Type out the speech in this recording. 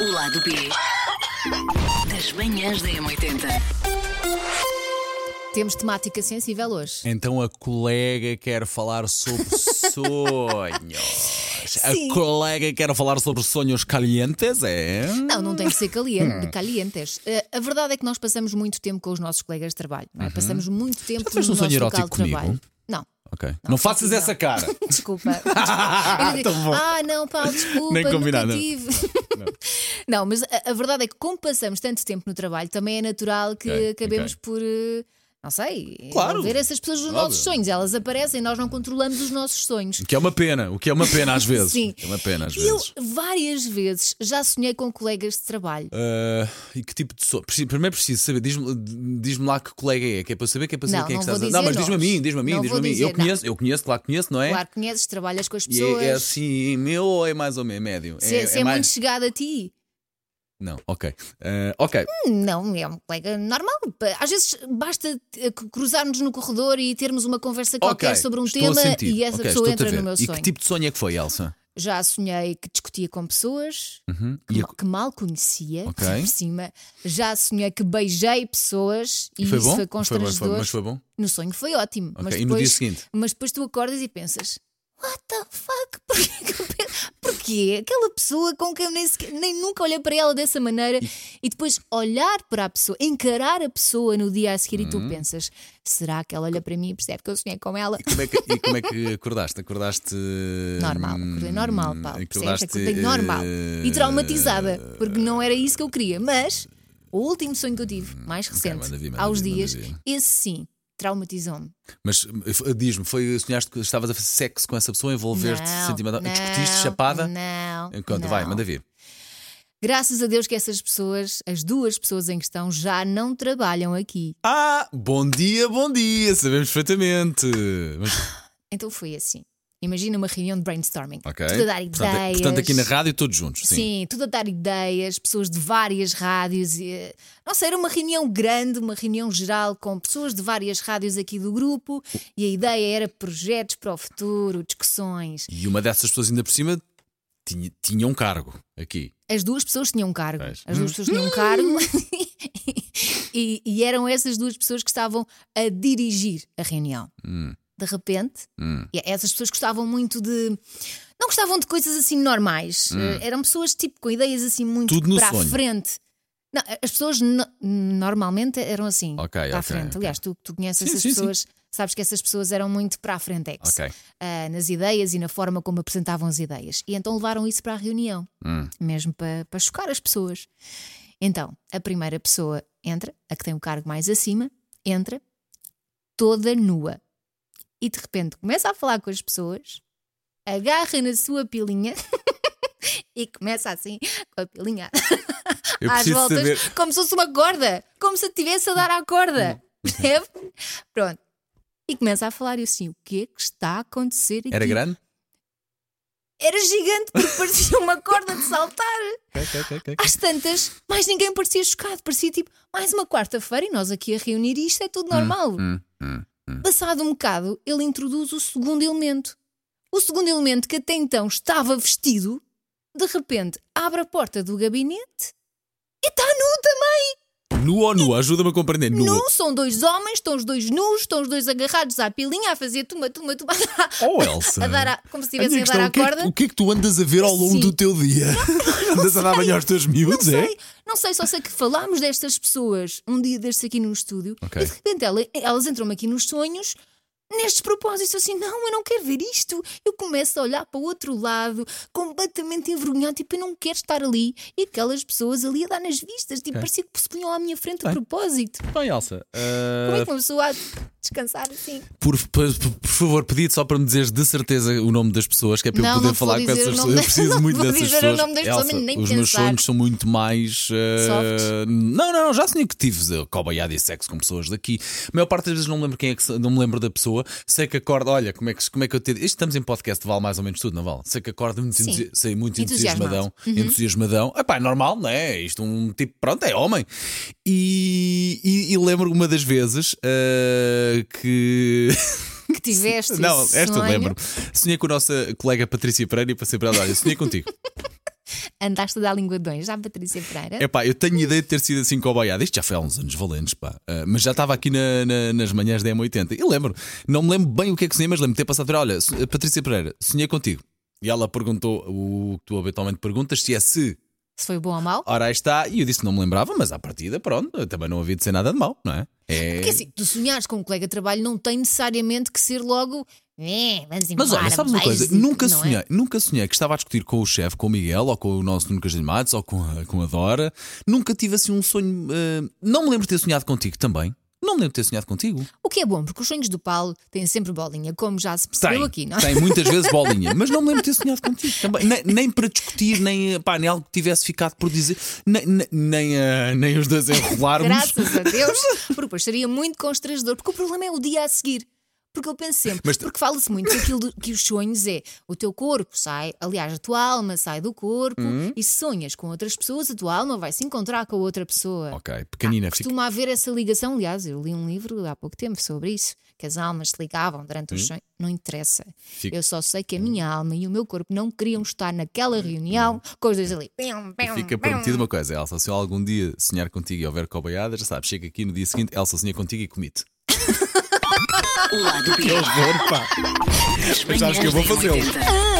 O lado B das manhãs da M80. Temos temática sensível hoje. Então a colega quer falar sobre sonhos. Sim. A colega quer falar sobre sonhos calientes, é? Não, não tem que ser Hum. caliente, calientes. Eh, a verdade é que nós passamos muito tempo com os nossos colegas de trabalho. não é? Passamos muito tempo fez Uhum. um no sonho nosso erótico local de comigo? trabalho. Não. Ok. Não, não faças faço, essa não. cara. Desculpa. Eu digo, bom. ah, não, Paulo, desculpa. Nem combinado. Nunca tive. Não. mas a, a verdade é que, como passamos tanto tempo no trabalho, também é natural que Ok, acabemos ok. por. eh, Não sei, Claro. ver essas pessoas dos Claro. nossos sonhos. Elas aparecem, nós não controlamos os nossos sonhos. O que é uma pena, o que é uma pena às vezes. Sim. É uma pena às E eu vezes. várias vezes já sonhei com colegas de trabalho. Ah, e que tipo de sonho? Preciso- Primeiro preciso saber, diz-me diz lá que colega é, que é para eu saber que é para saber Não, quem é não que está a vou Não, mas dizer diz-me a nomes. mim, diz-me a mim, Não diz-me a vou mim. eu dizer, não. conheço, eu conheço, claro que conheço, não é? Claro, conheces, trabalhas com as E é, pessoas. é assim, meu ou é mais ou menos médio? se é, se é muito chegado a ti. Não, ok. Ah, ok. Não, é um colega normal. Às vezes basta eh, cruzarmos no corredor e termos uma conversa qualquer Ok, sobre um estou a tema sentir. e essa Ok, pessoa estou-te a entra ver. no meu E sonho. que tipo de sonho é que foi, Elsa? Já sonhei que discutia com pessoas Uhum. que, E ma- que mal conhecia, tipo, Ok. por cima. Já sonhei que beijei pessoas e, E foi isso foi bom? Mas foi bom, constrangedor. foi- mas foi bom? No sonho foi ótimo. Ok, Mas, e depois, no dia seguinte? mas depois tu acordas e pensas: What the fuck? Porquê? que eu pe- Porquê? Aquela pessoa com quem eu nem, sequer- nem nunca olhei para ela dessa maneira e depois olhar para a pessoa, encarar a pessoa no dia a seguir e Uhum. tu pensas: será que ela olha para mim e percebe que eu sonhei com ela? Como é que, e como é que acordaste? Acordaste. hum, Normal, acordei normal, Paulo. Percebes? Acordaste, eh, Acordei normal. E traumatizada, porque não era isso que eu queria. Mas o último sonho que eu tive, mais recente, Hum, manda vir, manda aos vir, manda dias, vir. esse sim, traumatizou-me. Mas eh, diz-me, foi, sonhaste que estavas a fazer sexo com essa pessoa, envolver-te Não, sentimentalmente? não, Discutiste, chapada? Não. Enquanto, não. vai, manda vir. Graças a Deus que essas pessoas, as duas pessoas em questão, já não trabalham aqui. Ah, bom dia, bom dia, sabemos perfeitamente. Mas, Então foi assim. Imagina uma reunião de brainstorming. ok. Tudo a dar ideias. portanto, eh, portanto, aqui na rádio todos juntos. Sim. Sim. tudo a dar ideias, pessoas de várias rádios. E, nossa, era uma reunião grande, uma reunião geral com pessoas de várias rádios aqui do grupo e a ideia era projetos para o futuro, discussões. E uma dessas pessoas, ainda por cima, tinha, tinha um cargo aqui. As duas pessoas tinham um cargo. Pois. Hum. As duas pessoas tinham um cargo. e, e eram essas duas pessoas que estavam a dirigir a reunião. Hum. De repente, e essas pessoas gostavam muito de. Não gostavam de coisas assim normais. Eh, Eram pessoas tipo com ideias assim muito Hum. Tudo no para sonho. a frente. Não, as pessoas no- normalmente eram assim, Ok, para ok, a frente. ok. Aliás, tu, tu conheces Sim, essas sim, sim. pessoas, sabes que essas pessoas eram muito para a frente, ex. Ok. Ah, nas ideias e na forma como apresentavam as ideias. E então levaram isso para a reunião, Hum. mesmo para, para chocar as pessoas. Então, a primeira pessoa entra, a que tem o cargo mais acima, entra toda nua. E de repente começa a falar com as pessoas, agarra na sua pilinha e começa assim com a pilinha Eu às preciso voltas, saber. Hum. como se fosse uma corda, como se estivesse a dar à corda. Percebe? Pronto. E começa a falar e eu assim: o que é que está a acontecer aqui? Era grande? Era gigante porque parecia uma corda de saltar. Ok, ok, ok, ok. Às tantas, mais ninguém parecia chocado, parecia tipo mais uma quarta-feira e nós aqui a reunir e isto é tudo normal. Hum, hum. Passado um bocado, ele introduz o segundo elemento. O segundo elemento que até então estava vestido, de repente abre a porta do gabinete e está nu também. Nu ou nu? Ajuda-me a compreender. Nu. Nu, são dois homens, estão os dois nus, estão os dois agarrados à pilinha a fazer tuma, tuma, tuma, Oh, Elsa. a dar à- como se A minha estivessem a dar à questão, o, que é que, corda. o que é que tu andas a ver ao longo Sim. do teu dia? andas a dar banho aos teus miúdos, Não é? sei, não sei, só sei que falámos destas pessoas um dia destes aqui no estúdio Ok. e de repente ela- elas entram-me aqui nos sonhos. Nestes propósitos, eu assim, não, eu não quero ver isto. Eu começo a olhar para o outro lado, completamente envergonhado, tipo, eu não quero estar ali. E aquelas pessoas ali a dar nas vistas, tipo, Ok. parecia que se punham à minha frente a Bem. Ah. propósito. Bem, Elsa, Como é que uma pessoa há de descansar assim? por, por, por favor, pedi-te só para me dizeres de certeza o nome das pessoas, que é para Não, eu poder não te vou falar com dizer essas o pessoas. nome Eu da- preciso não te muito vou dessas dizer o pessoas. nome das pessoas, Elsa, nem os meus pensar. sonhos são muito mais. eh, Softs? não, não, não, já sonhei que tive eh, cobaiada e sexo com pessoas daqui. A maior parte das vezes não me lembro quem é que se- não me lembro da pessoa. Sei que acordo, olha, como é que, como é que eu te. Isto estamos em podcast, vale mais ou menos tudo, não vale? Sei que acordo muito, Sim. entusi- sei muito entusiasmadão. Entusiasmado. Uhum. Entusiasmadão. Epá, é normal, não é? Isto um tipo, pronto, é homem. E, e, e lembro uma das vezes eh, que. Que tiveste. Não, esse esta eu sonho. lembro. Sonhei com a nossa colega Patrícia Pereira e passei para ela: olha, sonhei contigo. Andaste a dar linguadões à Patrícia Pereira. É pá, eu tenho ideia de ter sido assim cobaiado. Isto já foi há uns anos valentes, pá. Ah, mas já estava aqui na- na- nas manhãs da M80. E lembro, não me lembro bem o que é que sonhei, mas lembro de ter passado por ela. Olha, so- Patrícia Pereira, sonhei contigo. E ela perguntou o que tu habitualmente perguntas, se é se. Se foi bom ou mau. Ora, aí está. E eu disse que não me lembrava, mas à partida, pronto, também não havia de ser nada de mau, não é? É. Porque assim, tu sonhares com um colega de trabalho não tem necessariamente que ser logo. É, vamos embora, Mas olha, sabes uma vais coisa? dizer", Nunca não é? sonhei, nunca sonhei que estava a discutir com o chefe, com o Miguel, ou com o nosso Nuno Castilho Matos, ou com a, com a Dora. Nunca tive assim um sonho. eh, não me lembro de ter sonhado contigo também. Não me lembro de ter sonhado contigo. O que é bom, porque os sonhos do Paulo têm sempre bolinha, como já se percebeu Tem, aqui, não é? tem muitas vezes bolinha, mas não me lembro de ter sonhado contigo também. Nem, nem para discutir, nem, eh, pá, nem algo que tivesse ficado por dizer, nem, nem, nem, eh, nem os dois enrolarmos. Graças a Deus, porque depois seria muito constrangedor, porque o problema é o dia a seguir. Porque eu penso sempre, Mas- porque fala-se muito que aquilo do- que os sonhos é o teu corpo sai, aliás, a tua alma sai do corpo Hum. e se sonhas com outras pessoas, a tua alma vai se encontrar com a outra pessoa. Ok, pequenina, fica. Costuma haver essa ligação, aliás, eu li um livro há pouco tempo sobre isso, que as almas se ligavam durante os sonhos, não interessa. Hum? Fico- Hum? Eu só sei que a minha alma e o meu corpo não queriam estar naquela reunião com os dois ali. Pim, pim, Hum? Fica pim. prometido uma coisa, Elsa. Se eu algum dia sonhar contigo e houver cobaiada, já sabes, chega aqui no dia seguinte, Elsa sonha contigo e comite. O lado B horror, pá! das Mas sabes que eu vou manhãs da fazê-lo. M80.